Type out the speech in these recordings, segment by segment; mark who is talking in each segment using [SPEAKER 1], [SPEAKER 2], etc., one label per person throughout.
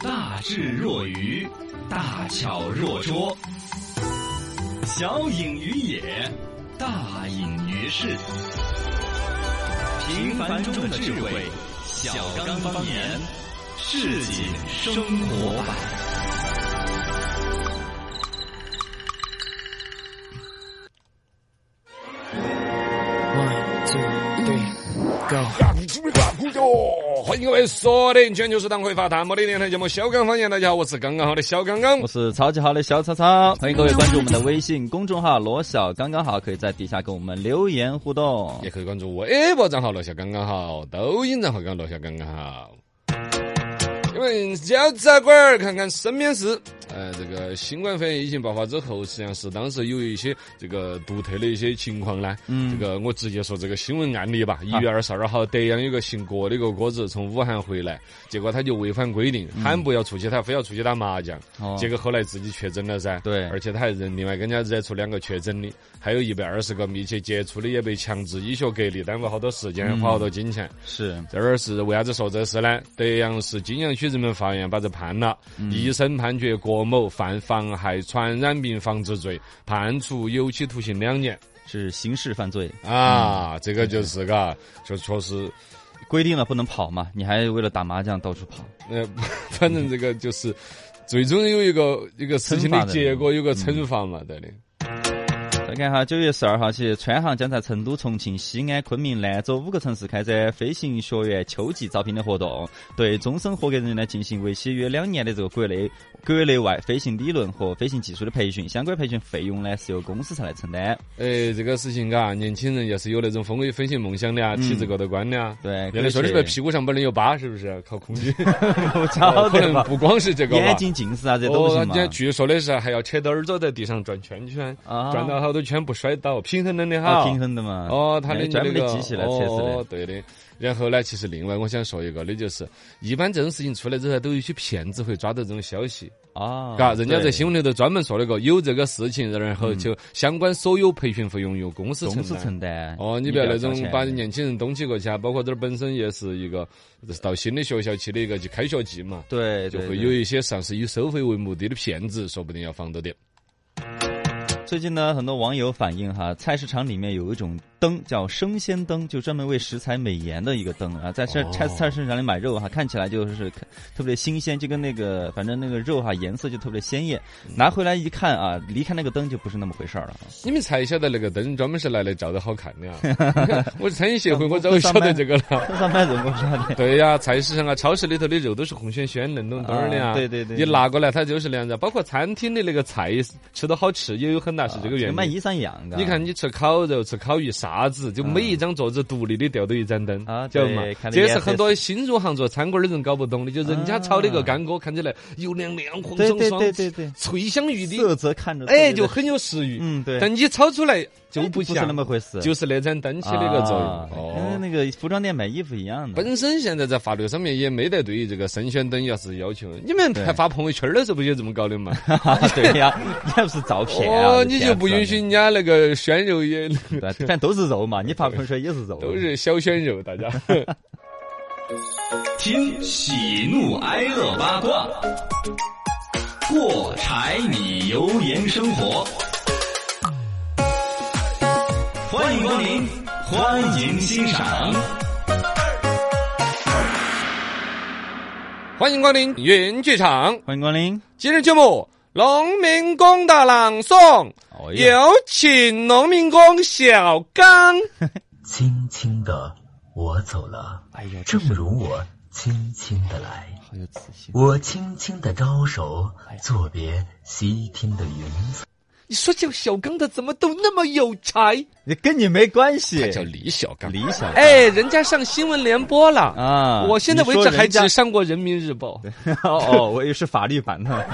[SPEAKER 1] 大智若愚，大巧若拙，小隐于野，大隐于市。平凡中的智慧，小刚方言，市井生活版。
[SPEAKER 2] One, two, three, go。
[SPEAKER 3] 呀不知不觉不觉欢迎各位锁定全球首档会发弹幕的电台节目《小刚方言》，大家好，我是刚刚好的小刚刚
[SPEAKER 4] 我。是超级好的小草草，欢迎各位关注我们的微信公众号“罗小刚刚好”，可以在底下跟我们留言互动。
[SPEAKER 3] 也可以关注我微博账号“罗小刚刚好”，抖音账号“刚罗小刚刚好”。因为小茶馆儿看看身边事，呃，这个新冠肺炎疫情爆发之后，实际上是当时有一些这个独特的一些情况呢。嗯，这个我直接说这个新闻案例吧。一月二十二号，德阳有个姓郭的一个哥子从武汉回来，结果他就违反规定，喊不要出去，他非要出去打麻将。
[SPEAKER 4] 哦
[SPEAKER 3] 结果后来自己确诊了噻。
[SPEAKER 4] 对
[SPEAKER 3] 而且他还人另外跟人家惹出两个确诊的，还有一百二十个密切接触的也被强制医学隔离，耽误好多时间，花好多金钱。
[SPEAKER 4] 是，
[SPEAKER 3] 这儿是为啥子说这事呢？德阳市泾阳区人民法院把这判了，
[SPEAKER 4] 嗯
[SPEAKER 3] 一审判决郭某犯妨害传染病防治罪，判处有期徒刑两年。
[SPEAKER 4] 是刑事犯罪，嗯
[SPEAKER 3] 啊，这个就是嘎，就确实，
[SPEAKER 4] 规定了不能跑嘛，你还为了打麻将到处跑，
[SPEAKER 3] 呃，反正这个就是最终有一个一个事情
[SPEAKER 4] 惩
[SPEAKER 3] 的
[SPEAKER 4] 罚的嗯
[SPEAKER 3] 结果，有个惩罚嘛，对的。
[SPEAKER 4] 再看哈，九月十二号起，川航将在成都、重庆、西安、昆明、兰州五个城市开展飞行学员秋季招聘的活动，对终身合格人呢进行为期约两年的这个国内、国内外飞行理论和飞行技术的培训，相关培训费用呢是由公司才来承担。
[SPEAKER 3] 哎，这个事情嘎，年轻人要是有那种风雨飞行梦想的啊，体制过得关的啊，
[SPEAKER 4] 对
[SPEAKER 3] 原来
[SPEAKER 4] 嗯
[SPEAKER 3] 说
[SPEAKER 4] 哎可以
[SPEAKER 3] 你们
[SPEAKER 4] 去
[SPEAKER 3] 屁股上不能有疤，是不是？靠空 军，
[SPEAKER 4] 我
[SPEAKER 3] 哦可能不光是这个吧
[SPEAKER 4] 眼。睛近视啊，这都不
[SPEAKER 3] 哦，
[SPEAKER 4] 行
[SPEAKER 3] 人
[SPEAKER 4] 嘛。
[SPEAKER 3] 家据说的是还要扯到耳朵在地上转圈圈，
[SPEAKER 4] 啊
[SPEAKER 3] 转到好多圈不摔倒，平衡的的
[SPEAKER 4] 啊
[SPEAKER 3] 哈。
[SPEAKER 4] 平衡的嘛。
[SPEAKER 3] 哦，它的
[SPEAKER 4] 哎专门
[SPEAKER 3] 那
[SPEAKER 4] 的
[SPEAKER 3] 个
[SPEAKER 4] 机器来测试
[SPEAKER 3] 哦哦
[SPEAKER 4] 的。
[SPEAKER 3] 对的。然后呢，其实另外我想说一个的就是，一般这种事情出来之后，啊都有一些骗子会抓到这种消息，
[SPEAKER 4] 啊，
[SPEAKER 3] 嘎，人家在
[SPEAKER 4] 对嗯
[SPEAKER 3] 新闻里头专门说了个有这个事情，然后就相关所有培训费用由公司
[SPEAKER 4] 公司
[SPEAKER 3] 担。
[SPEAKER 4] 承担。
[SPEAKER 3] 哦，你不要那种
[SPEAKER 4] 交钱
[SPEAKER 3] 把年轻人东起过去啊，包括这儿本身也是一个这是到新的学校去的一个就开学季嘛，
[SPEAKER 4] 对，
[SPEAKER 3] 就
[SPEAKER 4] 对
[SPEAKER 3] 会
[SPEAKER 4] 对
[SPEAKER 3] 有一些上是以收费为目的的骗子，说不定要防着
[SPEAKER 4] 嗯
[SPEAKER 3] 点。
[SPEAKER 4] 最近呢，很多网友反映哈，菜市场里面有一种灯叫生鲜灯，就专门为食材美颜的一个
[SPEAKER 3] 哦
[SPEAKER 4] 灯啊，在菜菜菜市场里买肉哈，看起来就是看特别新鲜，就跟那个反正那个肉哈颜色就特别鲜艳，
[SPEAKER 3] 嗯
[SPEAKER 4] 拿回来一看啊，离开那个灯就不是那么回事儿 了。
[SPEAKER 3] 你们才晓得那个灯专门是来来照得好看 的啊！我是餐饮协会，我早就晓得这个了。
[SPEAKER 4] 上班人工啥的，
[SPEAKER 3] 对呀、菜市场啊、超市里头的肉都是红暄暄、嫩墩墩儿的呀、
[SPEAKER 4] 啊 对对对
[SPEAKER 3] 你拿过来它就是那样子。包括餐厅的那个菜吃的好吃，也有很大是这个原
[SPEAKER 4] 跟啊卖
[SPEAKER 3] 因。
[SPEAKER 4] 衣裳一样的。
[SPEAKER 3] 你看，你吃烤肉、吃烤鱼，啥子就每一张桌子独立的吊着一盏灯
[SPEAKER 4] 嗯啊，
[SPEAKER 3] 晓得
[SPEAKER 4] 对
[SPEAKER 3] 嘛？
[SPEAKER 4] 看得
[SPEAKER 3] 这也
[SPEAKER 4] 严
[SPEAKER 3] 是
[SPEAKER 4] 实
[SPEAKER 3] 很多新入行做餐馆的人搞不懂的，就人家炒的一个干锅，看起来油亮亮、黄
[SPEAKER 4] 啊对
[SPEAKER 3] 爽
[SPEAKER 4] 对
[SPEAKER 3] 爽、
[SPEAKER 4] 对对对，
[SPEAKER 3] 脆香欲滴，
[SPEAKER 4] 色泽看着特别
[SPEAKER 3] 哎，
[SPEAKER 4] 的
[SPEAKER 3] 就很有食欲。
[SPEAKER 4] 嗯对，
[SPEAKER 3] 但你炒出来就
[SPEAKER 4] 哎
[SPEAKER 3] 不
[SPEAKER 4] 不是
[SPEAKER 3] 像，
[SPEAKER 4] 那么啊回事，
[SPEAKER 3] 就是是那盏灯起的那个作用。
[SPEAKER 4] 跟
[SPEAKER 3] 哦。
[SPEAKER 4] 那个服装店买衣服一样的。
[SPEAKER 3] 本身现在在法律上面也没得对于这个生鲜灯要是要求，你们
[SPEAKER 4] 对
[SPEAKER 3] 还发朋友圈的时候不就这么搞的嘛？
[SPEAKER 4] 对呀，你还不 是照片啊？
[SPEAKER 3] 哦，你就不允许人家那个鲜肉也
[SPEAKER 4] 对，反正都是啊肉嘛，你发朋友圈也是肉，
[SPEAKER 3] 都是小鲜肉，大家。
[SPEAKER 1] 听喜怒哀乐八卦，过柴米油盐生活。欢迎光临，欢迎欣赏。
[SPEAKER 3] 欢迎光临云剧场，
[SPEAKER 4] 欢迎光临。
[SPEAKER 3] 今日节目《农民工的朗诵》，
[SPEAKER 4] 哦呀，
[SPEAKER 3] 有请农民工小刚。
[SPEAKER 5] 轻轻的我走了，
[SPEAKER 4] 哎呦，
[SPEAKER 5] 正
[SPEAKER 4] 真是
[SPEAKER 5] 如我轻轻的来。
[SPEAKER 4] 好有磁性。
[SPEAKER 5] 我轻轻的招手
[SPEAKER 4] 哎呀，
[SPEAKER 5] 作别西天的云彩。
[SPEAKER 3] 你说叫小刚的怎么都那么有才？
[SPEAKER 4] 你跟你没关系
[SPEAKER 3] 他，叫李小刚。
[SPEAKER 4] 李小
[SPEAKER 3] 哎，人家上新闻联播了
[SPEAKER 4] 啊
[SPEAKER 3] 我现在为
[SPEAKER 4] 你
[SPEAKER 3] 止还
[SPEAKER 4] 说人家
[SPEAKER 3] 只上过人民日报。
[SPEAKER 4] 哦哦，我也是法律版的。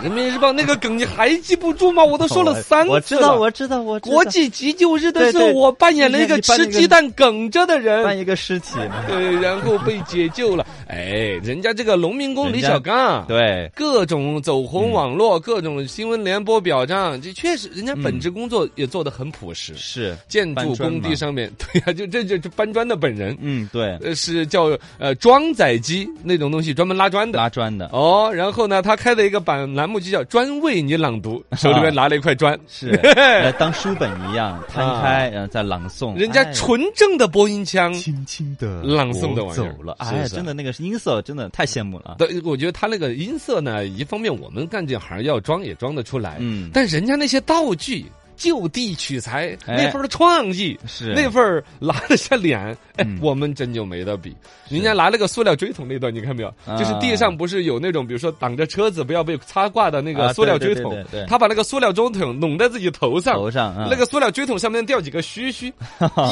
[SPEAKER 3] 人民日报那个梗你还记不住吗？我都说了 三次了
[SPEAKER 4] 我知道，我知道，我知道
[SPEAKER 3] 国际急救日的
[SPEAKER 4] 对
[SPEAKER 3] 时
[SPEAKER 4] 对
[SPEAKER 3] 候，我扮演了一
[SPEAKER 4] 你
[SPEAKER 3] 个
[SPEAKER 4] 扮那
[SPEAKER 3] 吃
[SPEAKER 4] 个
[SPEAKER 3] 鸡蛋梗着的
[SPEAKER 4] 办
[SPEAKER 3] 人，
[SPEAKER 4] 一个尸体，
[SPEAKER 3] 对，然后被解救了。哎，人家这个农民工
[SPEAKER 4] 人
[SPEAKER 3] 李
[SPEAKER 4] 家
[SPEAKER 3] 小刚，
[SPEAKER 4] 对，
[SPEAKER 3] 各种走红
[SPEAKER 4] 嗯
[SPEAKER 3] 网络，各种新闻联播表彰，这确实人家本职工作也做得很朴实。
[SPEAKER 4] 嗯是，
[SPEAKER 3] 建筑
[SPEAKER 4] 搬砖
[SPEAKER 3] 工
[SPEAKER 4] 嘛
[SPEAKER 3] 地上面， 对呀、就这就就搬砖的本人，
[SPEAKER 4] 嗯，对，
[SPEAKER 3] 呃，是叫呃装载机那种东西，专门拉砖的。
[SPEAKER 4] 拉砖的，
[SPEAKER 3] 哦，然后呢，他开的一个版栏目就叫“专为你朗读”，手里
[SPEAKER 4] 啊
[SPEAKER 3] 面拿了一块砖，
[SPEAKER 4] 是，呃当书本一样摊开，然后再朗诵，
[SPEAKER 3] 啊人家
[SPEAKER 4] 哎
[SPEAKER 3] 纯正的播音腔。
[SPEAKER 4] 轻轻的
[SPEAKER 3] 朗诵的玩意
[SPEAKER 4] 走
[SPEAKER 3] 儿
[SPEAKER 4] 了，
[SPEAKER 3] 是不
[SPEAKER 4] 哎，
[SPEAKER 3] 是
[SPEAKER 4] 真的那个音色真的太羡慕了，
[SPEAKER 3] 对，我觉得他那个音色呢，一方面我们干这行要装也装得出来，
[SPEAKER 4] 嗯
[SPEAKER 3] 但人家那些道具。就地取材
[SPEAKER 4] 哎
[SPEAKER 3] 那份儿创意，
[SPEAKER 4] 是
[SPEAKER 3] 那份儿拿得下脸，哎
[SPEAKER 4] 嗯，
[SPEAKER 3] 我们真就没得比。人家拿那个塑料锥桶那段，你看没有？
[SPEAKER 4] 啊
[SPEAKER 3] 就是地上不是有那种，比如说挡着车子不要被擦挂的那
[SPEAKER 4] 啊
[SPEAKER 3] 个塑料锥
[SPEAKER 4] 对对
[SPEAKER 3] 桶
[SPEAKER 4] 对对对，
[SPEAKER 3] 他把那个塑料锥桶拢在自己头上，
[SPEAKER 4] 头上啊
[SPEAKER 3] 那个塑料锥桶上面掉几个 须须，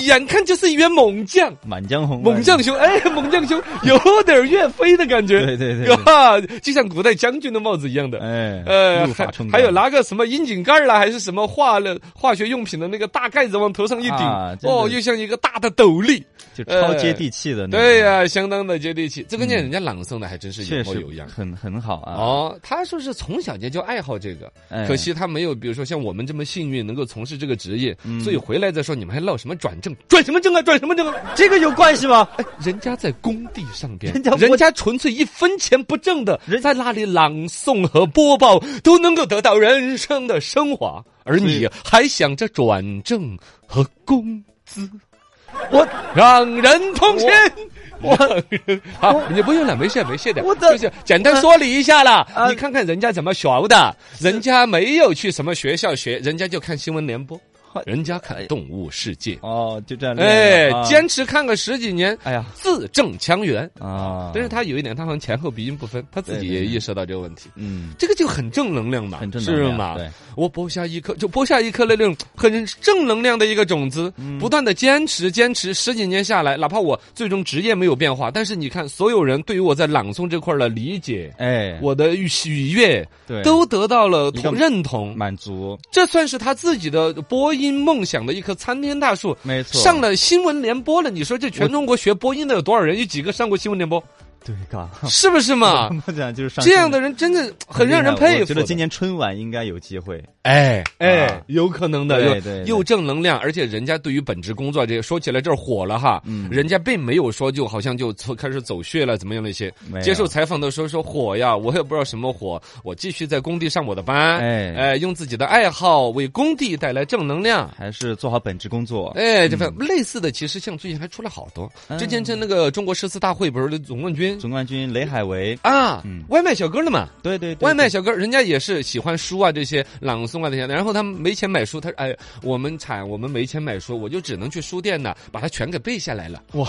[SPEAKER 3] 眼看就是一员猛将。
[SPEAKER 4] 《满江红》啊
[SPEAKER 3] 猛将，兄，哎，猛将兄有点岳飞的感觉，
[SPEAKER 4] 对对对对
[SPEAKER 3] 啊，就像古代将军的帽子一样的。
[SPEAKER 4] 哎，
[SPEAKER 3] 呃，
[SPEAKER 4] 怒
[SPEAKER 3] 还
[SPEAKER 4] 发冲冠，
[SPEAKER 3] 还有拿个什么窨井盖儿啦，还是什么化了化学用品的那个大盖子往头上一顶，
[SPEAKER 4] 啊真的
[SPEAKER 3] 哦，又像一个大的斗笠。
[SPEAKER 4] 就超接地气的那种，
[SPEAKER 3] 哎对呀、相当的接地气。这关键
[SPEAKER 4] 嗯
[SPEAKER 3] 人家朗诵的还真是有
[SPEAKER 4] 确
[SPEAKER 3] 模
[SPEAKER 4] 实
[SPEAKER 3] 有样。
[SPEAKER 4] 很很好啊，
[SPEAKER 3] 哦，他说是从小就就爱好这个，
[SPEAKER 4] 哎
[SPEAKER 3] 可惜他没有，比如说像我们这么幸运能够从事这个职业，
[SPEAKER 4] 嗯
[SPEAKER 3] 所以回来再说你们还闹什么转正，转什么正啊，转什么正啊？
[SPEAKER 4] 这个有关系吗？
[SPEAKER 3] 人家在工地上边，
[SPEAKER 4] 人家不
[SPEAKER 3] 人家纯粹一分钱不挣的，人在那里朗诵和播报，都能够得到人生的升华，而你还想着转正和工资，我让人痛心。我啊，你不用了，没事没事的，
[SPEAKER 4] 我的
[SPEAKER 3] 就是简单说理一下啦。
[SPEAKER 4] 啊
[SPEAKER 3] 你看看人家怎么学的，人家没有去什么学校学，人家就看新闻联播，人家看动物世界，
[SPEAKER 4] 哎哦，就这样
[SPEAKER 3] 哎
[SPEAKER 4] 练，啊，
[SPEAKER 3] 坚持看个十几年，
[SPEAKER 4] 哎呀
[SPEAKER 3] 字正腔圆。
[SPEAKER 4] 啊，
[SPEAKER 3] 但是他有一点，他好像前后鼻音不分，他自己
[SPEAKER 4] 对对
[SPEAKER 3] 也
[SPEAKER 4] 对
[SPEAKER 3] 意识到这个问题。
[SPEAKER 4] 嗯，
[SPEAKER 3] 这个就很正能量嘛，
[SPEAKER 4] 很正能量
[SPEAKER 3] 是嘛？
[SPEAKER 4] 对，
[SPEAKER 3] 我播下一颗，就播下一颗那种很正能量的一个种子，
[SPEAKER 4] 嗯
[SPEAKER 3] 不断的坚持，坚持十几年下来，哪怕我最终职业没有变化，但是你看，所有人对于我在朗诵这块儿的理解，
[SPEAKER 4] 哎，
[SPEAKER 3] 我的愉喜悦，
[SPEAKER 4] 对
[SPEAKER 3] 都得到了
[SPEAKER 4] 一个
[SPEAKER 3] 同认同，
[SPEAKER 4] 满足，
[SPEAKER 3] 这算是他自己的播音梦想的一棵参天大树。
[SPEAKER 4] 没错，
[SPEAKER 3] 上了新闻联播了，你说这全中国学播音的有多少人？有几个上过新闻联播？
[SPEAKER 4] 对嘎，
[SPEAKER 3] 是不是嘛？
[SPEAKER 4] 我讲就是上
[SPEAKER 3] 这样
[SPEAKER 4] 进
[SPEAKER 3] 的人真的很让人
[SPEAKER 4] 厉害我
[SPEAKER 3] 佩
[SPEAKER 4] 觉
[SPEAKER 3] 服。
[SPEAKER 4] 得今年春晚应该有机会，
[SPEAKER 3] 哎
[SPEAKER 4] 啊
[SPEAKER 3] 哎，有可能的，
[SPEAKER 4] 对
[SPEAKER 3] 又
[SPEAKER 4] 对对
[SPEAKER 3] 又正能量，而且人家对于本职工作这些，说起来这儿火了哈，
[SPEAKER 4] 嗯
[SPEAKER 3] 人家并没有说就好像就从开始走穴了怎么样那些
[SPEAKER 4] 没有，
[SPEAKER 3] 接受采访的时候说火呀，我也不知道什么火，我继续在工地上我的班，
[SPEAKER 4] 哎
[SPEAKER 3] 哎用自己的爱好为工地带来正能量。
[SPEAKER 4] 还是做好本职工作。
[SPEAKER 3] 哎，这份类似的，其实像最近还出了好多。之前在那个中国诗词大会不是总冠
[SPEAKER 4] 嗯
[SPEAKER 3] 军
[SPEAKER 4] 总冠军雷海为，
[SPEAKER 3] 啊
[SPEAKER 4] 嗯，
[SPEAKER 3] 外卖小哥了嘛？
[SPEAKER 4] 对对对，
[SPEAKER 3] 外卖
[SPEAKER 4] 对
[SPEAKER 3] 小哥，人家也是喜欢书啊，这些朗诵啊这些的。然后他们没钱买书，他说：“哎，我们惨，我们没钱买书，我就只能去书店呢，把它全给背下来了。
[SPEAKER 4] 哇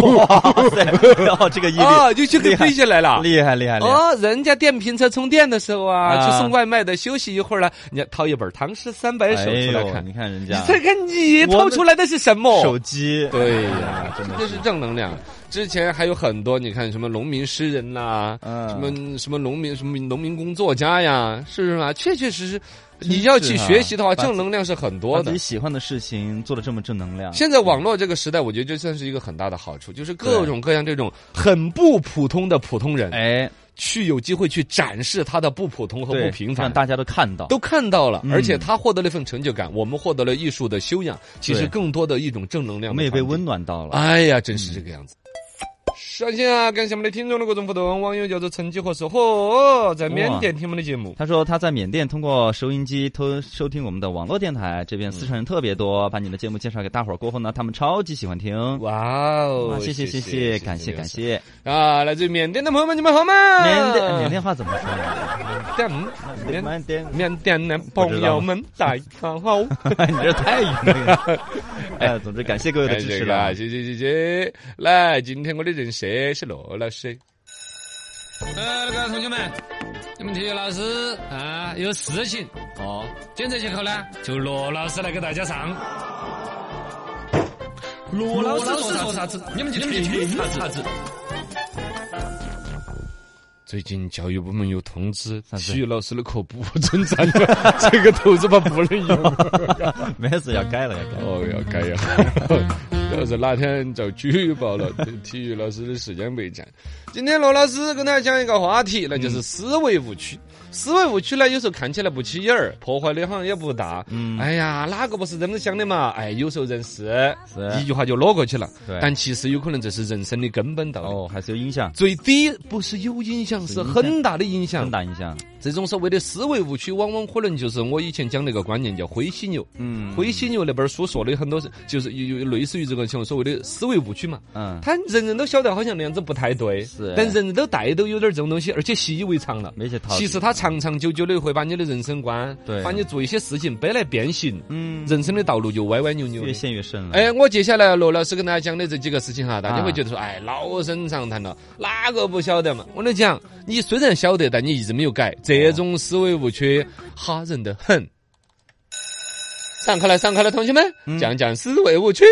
[SPEAKER 4] 哇塞， 然后这个毅力
[SPEAKER 3] 啊，就就给
[SPEAKER 4] 厉害
[SPEAKER 3] 背下来了。
[SPEAKER 4] 厉害厉害厉害，
[SPEAKER 3] 哦，人家电瓶车充电的时候啊，
[SPEAKER 4] 啊
[SPEAKER 3] 去送外卖的，休息一会儿了，人家掏一本《唐诗三百首》
[SPEAKER 4] 哎
[SPEAKER 3] 出来
[SPEAKER 4] 呦，
[SPEAKER 3] 看。
[SPEAKER 4] 你看人
[SPEAKER 3] 你
[SPEAKER 4] 家
[SPEAKER 3] 再看你
[SPEAKER 4] 我
[SPEAKER 3] 掏
[SPEAKER 4] 们
[SPEAKER 3] 出来的是什么？
[SPEAKER 4] 手 机，
[SPEAKER 3] 对呀、
[SPEAKER 4] 真的
[SPEAKER 3] 这是正能量。之前还有很多，你看什么农民诗人呐、
[SPEAKER 4] 嗯
[SPEAKER 3] 什么什么农民什么农民工作家呀，是不是嘛？确确实实，你要去
[SPEAKER 4] 是啊
[SPEAKER 3] 学习的话，
[SPEAKER 4] 把自
[SPEAKER 3] 正能量是很
[SPEAKER 4] 把
[SPEAKER 3] 多
[SPEAKER 4] 自
[SPEAKER 3] 的
[SPEAKER 4] 己。喜欢的事情做的这么正能量，
[SPEAKER 3] 现在网络这个时代，我觉得这算是一个很大的好处，就是各种各样这种很不普通的普通人，
[SPEAKER 4] 哎，
[SPEAKER 3] 去有机会去展示他的不普通和
[SPEAKER 4] 对
[SPEAKER 3] 不平
[SPEAKER 4] 让
[SPEAKER 3] 凡。
[SPEAKER 4] 大家都看到，
[SPEAKER 3] 都看到了，
[SPEAKER 4] 嗯
[SPEAKER 3] 而且他获得了一份成就感，我们获得了艺术的修养，其实
[SPEAKER 4] 对
[SPEAKER 3] 更多的一种正能量的
[SPEAKER 4] 我们
[SPEAKER 3] 传递。
[SPEAKER 4] 也被温暖到了。
[SPEAKER 3] 哎呀，真是这个样子。首先啊，感谢我们的听众的各种互动。网友叫做陈几何说：“嚯，在缅甸听我们的节目。
[SPEAKER 4] 他说他在缅甸通过收音机偷收听我们的网络电台，这边四川人特别多，把你的节目介绍给大伙儿过后呢，他们超级喜欢听。”
[SPEAKER 3] 嗯哇
[SPEAKER 4] 哇
[SPEAKER 3] 哦，
[SPEAKER 4] 谢谢谢
[SPEAKER 3] 谢，
[SPEAKER 4] 感谢感
[SPEAKER 3] 谢
[SPEAKER 4] 谢。
[SPEAKER 3] 啊！来自缅甸的朋友们，你们好吗？
[SPEAKER 4] 缅甸缅甸话怎么说呢？
[SPEAKER 3] 甸缅甸
[SPEAKER 4] 缅甸，
[SPEAKER 3] 缅甸的朋友们，大家好。
[SPEAKER 4] 你这太远了。 哎，总之感谢各位的
[SPEAKER 3] 哎
[SPEAKER 4] 支持
[SPEAKER 3] 这个
[SPEAKER 4] 了
[SPEAKER 3] 啊，。谢谢谢谢。来，今天我的人设是罗老师。
[SPEAKER 6] 呃，那个同学们，你们体育老师啊有事情哦，今这节课呢就罗老师来给大家上。罗老师说啥子？你们就听啥子？
[SPEAKER 3] 最近教育部门有通知，
[SPEAKER 4] 啥子
[SPEAKER 3] 体育老师的课不准占用这个头子吧，不能用。
[SPEAKER 4] 没事，要改了，要改了。
[SPEAKER 3] 哦，啊要改呀！ 要是哪天遭举报了，对体育老师的时间被占。今天罗老师跟大家讲一个话题，
[SPEAKER 4] 嗯
[SPEAKER 3] 那就是思维误区。思维误区呢，有时候看起来不起眼儿，破坏的好像也不大。
[SPEAKER 4] 嗯
[SPEAKER 3] 哎呀，哪个不是这么想的嘛？哎，有时候人是
[SPEAKER 4] 是
[SPEAKER 3] 一句话就裸过去了
[SPEAKER 4] 对，
[SPEAKER 3] 但其实有可能这是人生的根本道理。
[SPEAKER 4] 哦，还是有影响，
[SPEAKER 3] 最低不是有影响，是
[SPEAKER 4] 影响
[SPEAKER 3] 很大的影响
[SPEAKER 4] 很。大影响。
[SPEAKER 3] 这种所谓的思维误区，往往可能就是我以前讲那个观念叫灰犀牛。
[SPEAKER 4] 嗯
[SPEAKER 3] 灰犀牛那本书说的很多是，就是有有类似于这个像所谓的思维误区嘛。
[SPEAKER 4] 嗯，
[SPEAKER 3] 他人人都晓得好像那样子不太对，
[SPEAKER 4] 是啊
[SPEAKER 3] 但人人都带都有点这种东西，而且习以为常了。
[SPEAKER 4] 没去套。
[SPEAKER 3] 其实，它长长久久的会把你的人生观，
[SPEAKER 4] 对
[SPEAKER 3] 把你做一些事情背来变形，
[SPEAKER 4] 嗯，
[SPEAKER 3] 人生的道路就歪歪扭扭的
[SPEAKER 4] 越。陷越深了。
[SPEAKER 3] 哎，，我接下来罗老师跟大家讲的这几个事情哈，大
[SPEAKER 4] 嗯
[SPEAKER 3] 家
[SPEAKER 4] 啊
[SPEAKER 3] 会觉得说，哎，老生常谈了，哪个不晓得嘛？我跟你讲，你虽然晓得，但你一直没有改，这种思维误区吓人的很。上课了，上课了，同学们，讲讲思维误区。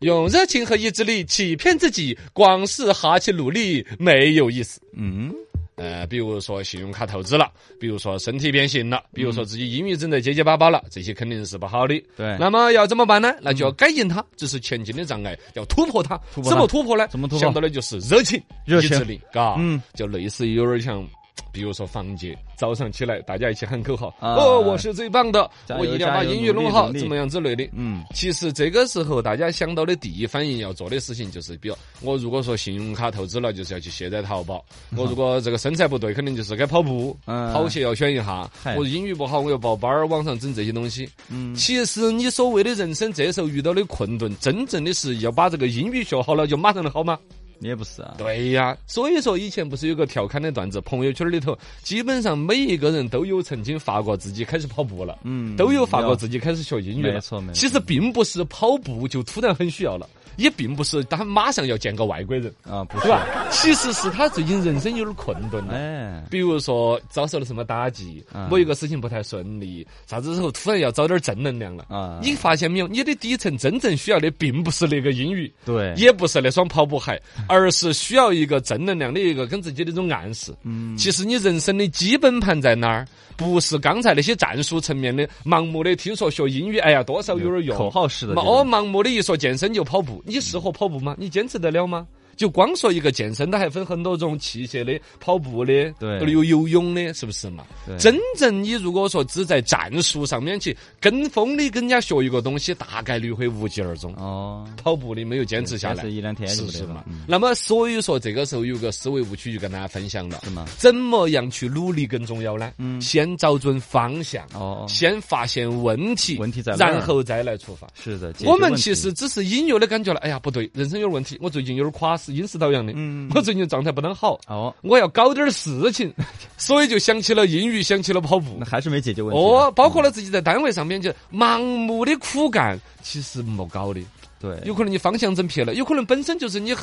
[SPEAKER 3] 用热情和意志力欺骗自己，光是哈起努力没有意思。
[SPEAKER 4] 嗯，
[SPEAKER 3] 呃，比如说信用卡透支了，比如说身体变形了，比如说自己英语真的结结巴巴了，这些肯定是不好的。
[SPEAKER 4] 对。嗯
[SPEAKER 3] 那么要怎么办呢？那就要改进它，这是前进的障碍，要突破它。
[SPEAKER 4] 突破它
[SPEAKER 3] 怎么突破呢？
[SPEAKER 4] 怎么突破
[SPEAKER 3] 想到的就是热情、
[SPEAKER 4] 热
[SPEAKER 3] 意
[SPEAKER 4] 情
[SPEAKER 3] 志力，嘎，
[SPEAKER 4] 嗯
[SPEAKER 3] 就类似于有点像。比如说房姐，早上起来大家一起喊口号，
[SPEAKER 4] 啊
[SPEAKER 3] 哦，我是最棒的，
[SPEAKER 4] 加油
[SPEAKER 3] 我一定要把
[SPEAKER 4] 加油
[SPEAKER 3] 英语弄好，
[SPEAKER 4] 努力努力
[SPEAKER 3] 怎么样之类的。
[SPEAKER 4] 嗯，
[SPEAKER 3] 其实这个时候，大家想到的第一反应要做的事情就是，比如我如果说信用卡透支了，就是要去卸载淘宝；我如果这个身材不对，肯定就是该跑步，
[SPEAKER 4] 嗯
[SPEAKER 3] 跑鞋要选一下
[SPEAKER 4] 嗨；
[SPEAKER 3] 我英语不好，我要报班儿，网上整这些东西。
[SPEAKER 4] 嗯
[SPEAKER 3] 其实你所谓的人生这时候遇到的困顿，真正的是要把这个英语学好了，就马上能好吗？
[SPEAKER 4] 你也不是啊。
[SPEAKER 3] 对呀，所以说以前不是有个调侃的段子，朋友圈里头基本上每一个人都有曾经发过自己开始跑步了。
[SPEAKER 4] 嗯，
[SPEAKER 3] 都有发过
[SPEAKER 4] 己。
[SPEAKER 3] 自己开始学英语了，
[SPEAKER 4] 没错没错
[SPEAKER 3] 其实并不是跑步就突然很需要了，也并不是他马上要见个外国人，
[SPEAKER 4] 啊，不是
[SPEAKER 3] 对。吧？其实是他最近人生有点困顿了。
[SPEAKER 4] 哎，
[SPEAKER 3] 比如说遭受了什么打击
[SPEAKER 4] 嗯，
[SPEAKER 3] 某一个事情不太顺利，啥子时候突然要找点正能量了
[SPEAKER 4] 啊？
[SPEAKER 3] 你发现没有？你的底层真正需要的并不是那个英语，
[SPEAKER 4] 对，
[SPEAKER 3] 也不是那双跑步鞋，而是需要一个正能量的一个跟自己的一种暗示。
[SPEAKER 4] 嗯
[SPEAKER 3] 其实你人生的基本盘在哪儿？不是刚才那些战术层面的盲目的听说学英语，哎呀，多少有点用。
[SPEAKER 4] 口号式的
[SPEAKER 3] 嘛
[SPEAKER 4] 这
[SPEAKER 3] 哦，
[SPEAKER 4] 种
[SPEAKER 3] 盲目的一说健身就跑步，你适合跑步吗？你坚持得了吗？就光说一个健身，它还分很多种器械的，跑步的，
[SPEAKER 4] 对
[SPEAKER 3] 有游泳的，是不是嘛？
[SPEAKER 4] 对
[SPEAKER 3] 真正你如果说只在战术上面去跟风的跟人家学一个东西，大概率会无疾而终。
[SPEAKER 4] 哦，
[SPEAKER 3] 跑步的没有坚持下来
[SPEAKER 4] 坚持，一两天
[SPEAKER 3] 是
[SPEAKER 4] 就
[SPEAKER 3] 不
[SPEAKER 4] 没
[SPEAKER 3] 是
[SPEAKER 4] 得
[SPEAKER 3] 嘛
[SPEAKER 4] 了。？嗯
[SPEAKER 3] 那么所以说，这个时候有个思维误区就跟大家分享了，
[SPEAKER 4] 是吗？
[SPEAKER 3] 怎么样去努力更重要呢？
[SPEAKER 4] 嗯
[SPEAKER 3] 先找准方向，
[SPEAKER 4] 哦，
[SPEAKER 3] 先发现问题，
[SPEAKER 4] 问题在哪儿
[SPEAKER 3] 然后再来出发。
[SPEAKER 4] 是的，解决
[SPEAKER 3] 我们
[SPEAKER 4] 问
[SPEAKER 3] 其
[SPEAKER 4] 题
[SPEAKER 3] 实只是隐约的感觉了，哎呀，不对，人生有点问题，我最近有点垮，是阴湿到阳的，
[SPEAKER 4] 嗯
[SPEAKER 3] 我最近状态不当好，
[SPEAKER 4] 哦，
[SPEAKER 3] 我要搞点事 情，所以就想起了英语，想起了跑步
[SPEAKER 4] 那。还是没解决问题啊嗯
[SPEAKER 3] 哦，包括了自己在单位上面就盲目的苦干，其实没搞的。
[SPEAKER 4] 对，
[SPEAKER 3] 有可能你方向整偏了，有可能本身就是你，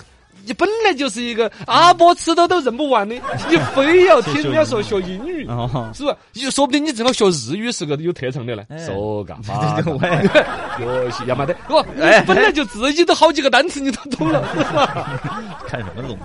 [SPEAKER 3] 你本来就是一个阿波吃的都认不 完的，你非要听人家说学英语。
[SPEAKER 4] 哦，
[SPEAKER 3] 是吧？你说不定你正好学日语是个有特长的呢，
[SPEAKER 4] 哎，
[SPEAKER 3] 说嘎
[SPEAKER 4] 我也
[SPEAKER 3] 学习要 嘛得，我本来就自己都好几个单词你都懂了，
[SPEAKER 4] 哎
[SPEAKER 3] 是吧？
[SPEAKER 4] 看什么龙？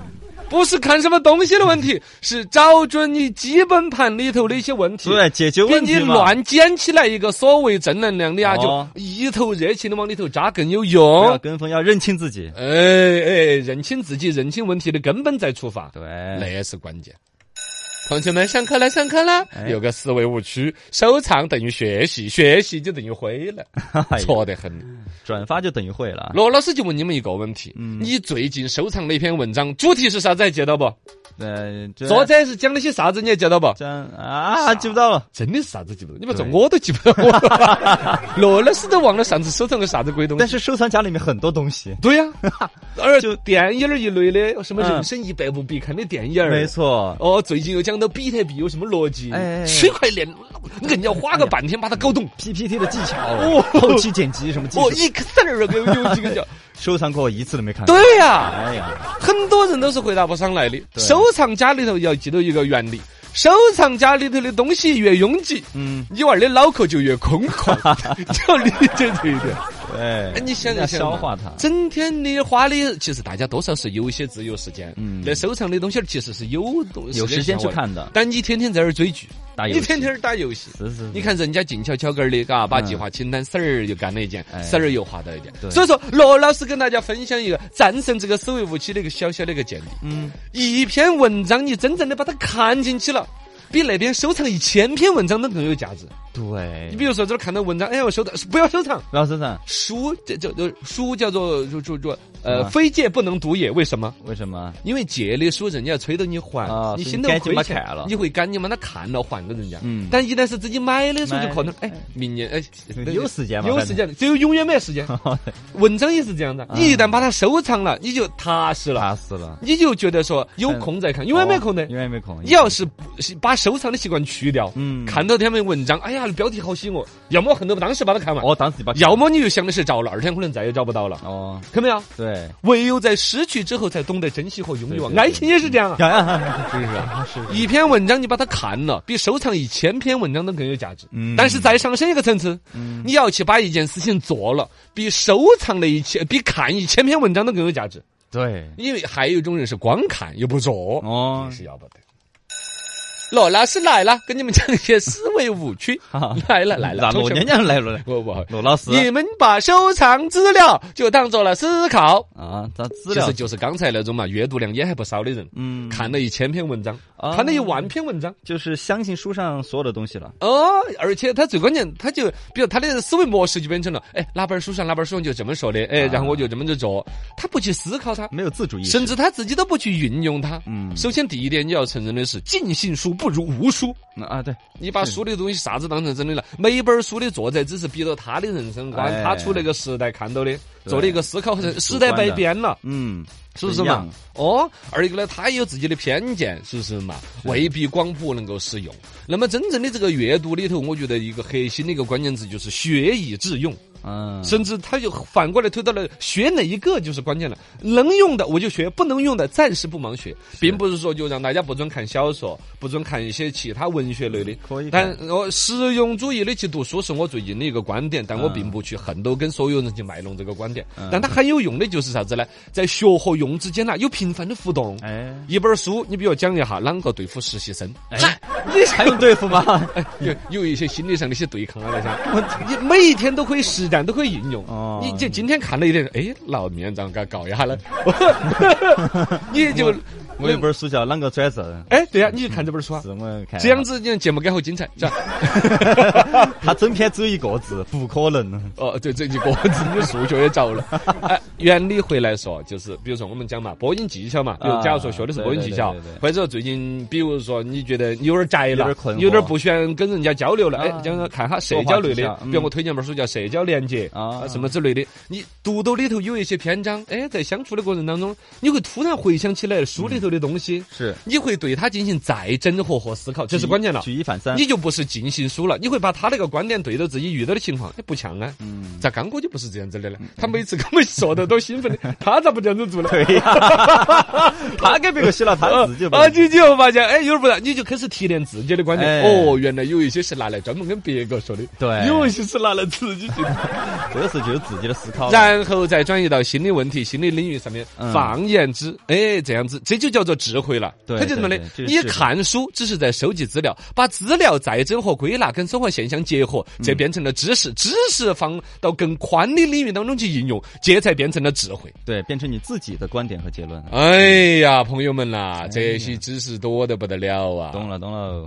[SPEAKER 3] 不是看什么东西的问题，是找准你基本盘里头的一些问题。
[SPEAKER 4] 对，解决
[SPEAKER 3] 给
[SPEAKER 4] 问
[SPEAKER 3] 你
[SPEAKER 4] 题嘛
[SPEAKER 3] 乱捡起来一个所谓正能量的啊，就
[SPEAKER 4] 哦
[SPEAKER 3] 一头热情的往里头扎更有
[SPEAKER 4] 不
[SPEAKER 3] 用
[SPEAKER 4] 要。跟风，要认清自己。
[SPEAKER 3] 哎哎，认清自己，认清问题的根本再出发，那
[SPEAKER 4] 对，
[SPEAKER 3] 也是关键。同学们，上课了，上课了！
[SPEAKER 4] 哎
[SPEAKER 3] 有个思维误区，收藏等于学习，学习就等于会了，
[SPEAKER 4] 哎呀
[SPEAKER 3] 错得很。
[SPEAKER 4] 转发就等于会了。
[SPEAKER 3] 罗老师就问你们一个问题：
[SPEAKER 4] 嗯
[SPEAKER 3] 你最近收藏的一篇文章，主题是啥子？还记得不？
[SPEAKER 4] 呃，这
[SPEAKER 3] 作者是讲的些啥子？你还记得不？
[SPEAKER 4] 这啊，记不到了。
[SPEAKER 3] 真的是啥子记不到？你们说
[SPEAKER 4] 对
[SPEAKER 3] 我都记不到， 罗老师都忘了上次收藏个啥子鬼东西
[SPEAKER 4] 但。是收藏夹里面很多东西，
[SPEAKER 3] 对 呀、而
[SPEAKER 4] 就
[SPEAKER 3] 电影儿一类的，什么
[SPEAKER 4] 嗯
[SPEAKER 3] 人生一百部必看的电影儿，
[SPEAKER 4] 没错。
[SPEAKER 3] 哦，最近又讲到比特币有什么逻辑，
[SPEAKER 4] 哎哎哎
[SPEAKER 3] 区块链，硬要花个半天把它搞懂。
[SPEAKER 4] PPT 的技巧啊
[SPEAKER 3] 哦，
[SPEAKER 4] 后期剪辑什么技
[SPEAKER 3] 哦
[SPEAKER 4] 术，
[SPEAKER 3] ，Excel 有有几个叫？
[SPEAKER 4] 收藏过一次都没看过。
[SPEAKER 3] 对呀、
[SPEAKER 4] 哎呀，
[SPEAKER 3] 很多人都是回答不上来的。
[SPEAKER 4] 对
[SPEAKER 3] 收藏夹里头要记得一个原理：收藏夹里头的东西越拥挤，
[SPEAKER 4] 嗯，
[SPEAKER 3] 你娃儿的脑壳就越空旷，就要理解这一点。
[SPEAKER 4] 哎
[SPEAKER 3] 哎，你想
[SPEAKER 4] 要
[SPEAKER 3] 一想
[SPEAKER 4] 消
[SPEAKER 3] 嘛
[SPEAKER 4] 化它
[SPEAKER 3] 整天的花的，其实大家多少是有一些自由时间，
[SPEAKER 4] 嗯
[SPEAKER 3] 那收藏的东西儿其实是有东
[SPEAKER 4] 有时间去
[SPEAKER 3] 玩
[SPEAKER 4] 看的
[SPEAKER 3] 但你天天在那儿追剧，
[SPEAKER 4] 打游
[SPEAKER 3] 你
[SPEAKER 4] 戏
[SPEAKER 3] 天天儿打游戏。
[SPEAKER 4] 是是，
[SPEAKER 3] 你看人家静悄悄个儿的，嘎，把计划清单丝儿又干了一件
[SPEAKER 4] 哎，
[SPEAKER 3] 丝儿又画到一件
[SPEAKER 4] 对。
[SPEAKER 3] 所以说，罗老师跟大家分享一个战胜这个手为武器的一个小小的一个建议。
[SPEAKER 4] 嗯，
[SPEAKER 3] 一篇文章你真正的把它看进去了。比那边收藏一千篇文章都更有价值。
[SPEAKER 4] 对
[SPEAKER 3] 你，比如说这儿看到文章，哎呀，我收藏，不要收藏。
[SPEAKER 4] 老师生，
[SPEAKER 3] 书这这这书叫做就就就呃
[SPEAKER 4] 啊，
[SPEAKER 3] 非借不能读也。为什么？
[SPEAKER 4] 为什 么？
[SPEAKER 3] 因为借的书人家要催着你还
[SPEAKER 4] 啊，
[SPEAKER 3] 你
[SPEAKER 4] 所以
[SPEAKER 3] 心
[SPEAKER 4] 你
[SPEAKER 3] 头
[SPEAKER 4] 赶紧
[SPEAKER 3] 亏
[SPEAKER 4] 把它
[SPEAKER 3] 欠
[SPEAKER 4] 砍了
[SPEAKER 3] 你会赶紧把它看了还给人家。
[SPEAKER 4] 嗯
[SPEAKER 3] 但一旦是自己买的书，就可能
[SPEAKER 4] 买
[SPEAKER 3] 哎
[SPEAKER 4] 的，
[SPEAKER 3] 明年哎
[SPEAKER 4] 有时间嘛
[SPEAKER 3] 有
[SPEAKER 4] 反
[SPEAKER 3] 时
[SPEAKER 4] 正啊
[SPEAKER 3] 间的，只有永远没 时间。文章也是这样的，你一旦把它收藏了，你就踏实了，
[SPEAKER 4] 打死了，
[SPEAKER 3] 你就觉得说有空再看，永远没空的
[SPEAKER 4] 哦。永远没空。
[SPEAKER 3] 你要是不是把收藏的习惯去掉，
[SPEAKER 4] 嗯
[SPEAKER 3] 看到他们文章，哎呀，标题好吸引我，要么恨不得当时把它看完，
[SPEAKER 4] 哦，当时就把
[SPEAKER 3] 要么你就想的是找了，二天可能再也找不到了，
[SPEAKER 4] 哦，
[SPEAKER 3] 看到没有？
[SPEAKER 4] 对，
[SPEAKER 3] 唯有在失去之后，才懂得珍惜和拥有
[SPEAKER 4] 对对。对
[SPEAKER 3] 爱情也是这样啊，
[SPEAKER 4] 是
[SPEAKER 3] 是不是啊？
[SPEAKER 4] 是
[SPEAKER 3] 一篇文章你把它看了，比收藏一千篇文章都更有价值。
[SPEAKER 4] 嗯
[SPEAKER 3] 但是再上升一个层次，你要去把一件事情做了，比收藏了一千，比看一千篇文章都更有价值。
[SPEAKER 4] 对，
[SPEAKER 3] 因为还有一种人是光看又不做，
[SPEAKER 4] 哦
[SPEAKER 3] 也，是要不得。罗老师来了，跟你们讲一些思维误区
[SPEAKER 4] 哈哈。
[SPEAKER 3] 来了来了，
[SPEAKER 4] 罗娘娘来了，
[SPEAKER 3] 不不，
[SPEAKER 4] 罗老师
[SPEAKER 3] 你们把收藏资料就当做了思考，
[SPEAKER 4] 啊，咱资
[SPEAKER 3] 其
[SPEAKER 4] 料
[SPEAKER 3] 实，就是刚才那种嘛，阅读量也还不少的人，
[SPEAKER 4] 嗯，
[SPEAKER 3] 看了一千篇文章，
[SPEAKER 4] 啊
[SPEAKER 3] 看了一万篇文章，
[SPEAKER 4] 就是相信书上所有的东西了。
[SPEAKER 3] 哦，而且他最关键，他就比如他的思维模式就变成了，哎，哪本书上哪本书上就这么说的，哎，
[SPEAKER 4] 啊
[SPEAKER 3] 然后我就这么着做，他不去思考它，
[SPEAKER 4] 没有自主意识
[SPEAKER 3] 甚，至他自己都不去运用它。
[SPEAKER 4] 嗯
[SPEAKER 3] 首先第一点你要承认的是，尽信书不如无书。
[SPEAKER 4] 嗯啊，对，
[SPEAKER 3] 你把书的东西啥子当成真的了？每本书的作者只是逼着他的人生观，
[SPEAKER 4] 哎
[SPEAKER 3] 他处那个时代看到的，做了一个思考，时代被变了。
[SPEAKER 4] 嗯，
[SPEAKER 3] 是不是
[SPEAKER 4] 一
[SPEAKER 3] 嘛
[SPEAKER 4] 样？
[SPEAKER 3] 哦，二一个呢，他也有自己的偏见，是不是嘛？未必广谱能够适用。那么真正的这个阅读里头，我觉得一个核心的一个关键字就是学以致用，
[SPEAKER 4] 嗯，
[SPEAKER 3] 甚至他就反过来推到了学哪一个就是关键了。能用的我就学，不能用的暂时不忙学，并不是说就让大家不准看小说，不准看一些其他文学类的。
[SPEAKER 4] 可以
[SPEAKER 3] 但
[SPEAKER 4] 看
[SPEAKER 3] 我实用主义的去读书是我最近的一个观
[SPEAKER 4] 嗯
[SPEAKER 3] 点，但我并不去恨都跟所有人去卖弄这个观点。但它很有用的就是啥子呢？在学和用之间呐、有频繁的互动。
[SPEAKER 4] 哎，
[SPEAKER 3] 一本书，你比如讲一下啷个对付实习生，
[SPEAKER 4] 哎，你还用对付 吗？
[SPEAKER 3] 哎，有有一些心理上的一些对抗啊那些，你每一天都可以实战，都可以应用。
[SPEAKER 4] 哦
[SPEAKER 3] 你就今天看了一点，哎，那明天咋个搞一 下呢？你就
[SPEAKER 4] 我有本书叫《啷个转正
[SPEAKER 3] 哎，对呀、你就看这本书》，啊
[SPEAKER 4] 是，我们看
[SPEAKER 3] 这样。子你的节目感会精彩，是吧？
[SPEAKER 4] 他整篇只有一个字，不可能。
[SPEAKER 3] 哦，对，这一个自己的数学也着了。 哎，原理回来说，就是比如说我们讲嘛，播音技巧嘛，比如
[SPEAKER 4] 啊
[SPEAKER 3] 假如说学的是播音技巧
[SPEAKER 4] 对对对对，
[SPEAKER 3] 或者说最近比如说你觉得你有点宅
[SPEAKER 4] 有
[SPEAKER 3] 了
[SPEAKER 4] 点困，惑
[SPEAKER 3] 有点不喜欢跟人家交流了，哎
[SPEAKER 4] 啊，
[SPEAKER 3] 讲看下社交
[SPEAKER 4] 说话
[SPEAKER 3] 类的
[SPEAKER 4] 技巧，嗯
[SPEAKER 3] 比如我推荐本书叫《社交连接》
[SPEAKER 4] 啊
[SPEAKER 3] 啊，什么之类的，你读到里头有一些篇章，哎，在相处的过程当中，你会突然回想起来书里头的东西，
[SPEAKER 4] 嗯是
[SPEAKER 3] 你会对它进行再整合和思考，这是关键了。
[SPEAKER 4] 举一反三
[SPEAKER 3] 你。就不是尽信书了，你会把他那个观点对到自己遇到的情况，哎，不像啊。
[SPEAKER 4] 嗯，
[SPEAKER 3] 咋刚哥就不是这样子的呢？他每次跟我们说的都兴奋的，他咋不这样子做呢？
[SPEAKER 4] 对呀，他给别个写了，他自己不
[SPEAKER 3] 啊，你就发现，哎，有点不然，你就开始提炼自己的观点。
[SPEAKER 4] 哎
[SPEAKER 3] 哦，原来有一些是拿来专门跟别个说的，
[SPEAKER 4] 对
[SPEAKER 3] 有一些是拿来自己去的。
[SPEAKER 4] 这个时候就是自己的思 考了。
[SPEAKER 3] 然后再转移到新的问题、新的领域上面，
[SPEAKER 4] 嗯
[SPEAKER 3] 放眼之，哎，这样子，这就叫做智慧了。
[SPEAKER 4] 对
[SPEAKER 3] 他就这么的
[SPEAKER 4] 对对，这是
[SPEAKER 3] 你看书只是在收集资料，把资料再整合归纳，跟生活现象结合，
[SPEAKER 4] 嗯
[SPEAKER 3] 这变成了知识。知识放到更宽的领域当中去应用，这才变成了智慧。
[SPEAKER 4] 对，变成你自己的观点和结论。
[SPEAKER 3] 哎呀，朋友们呐，这些知识多得不得了啊！
[SPEAKER 4] 哎懂了，懂了。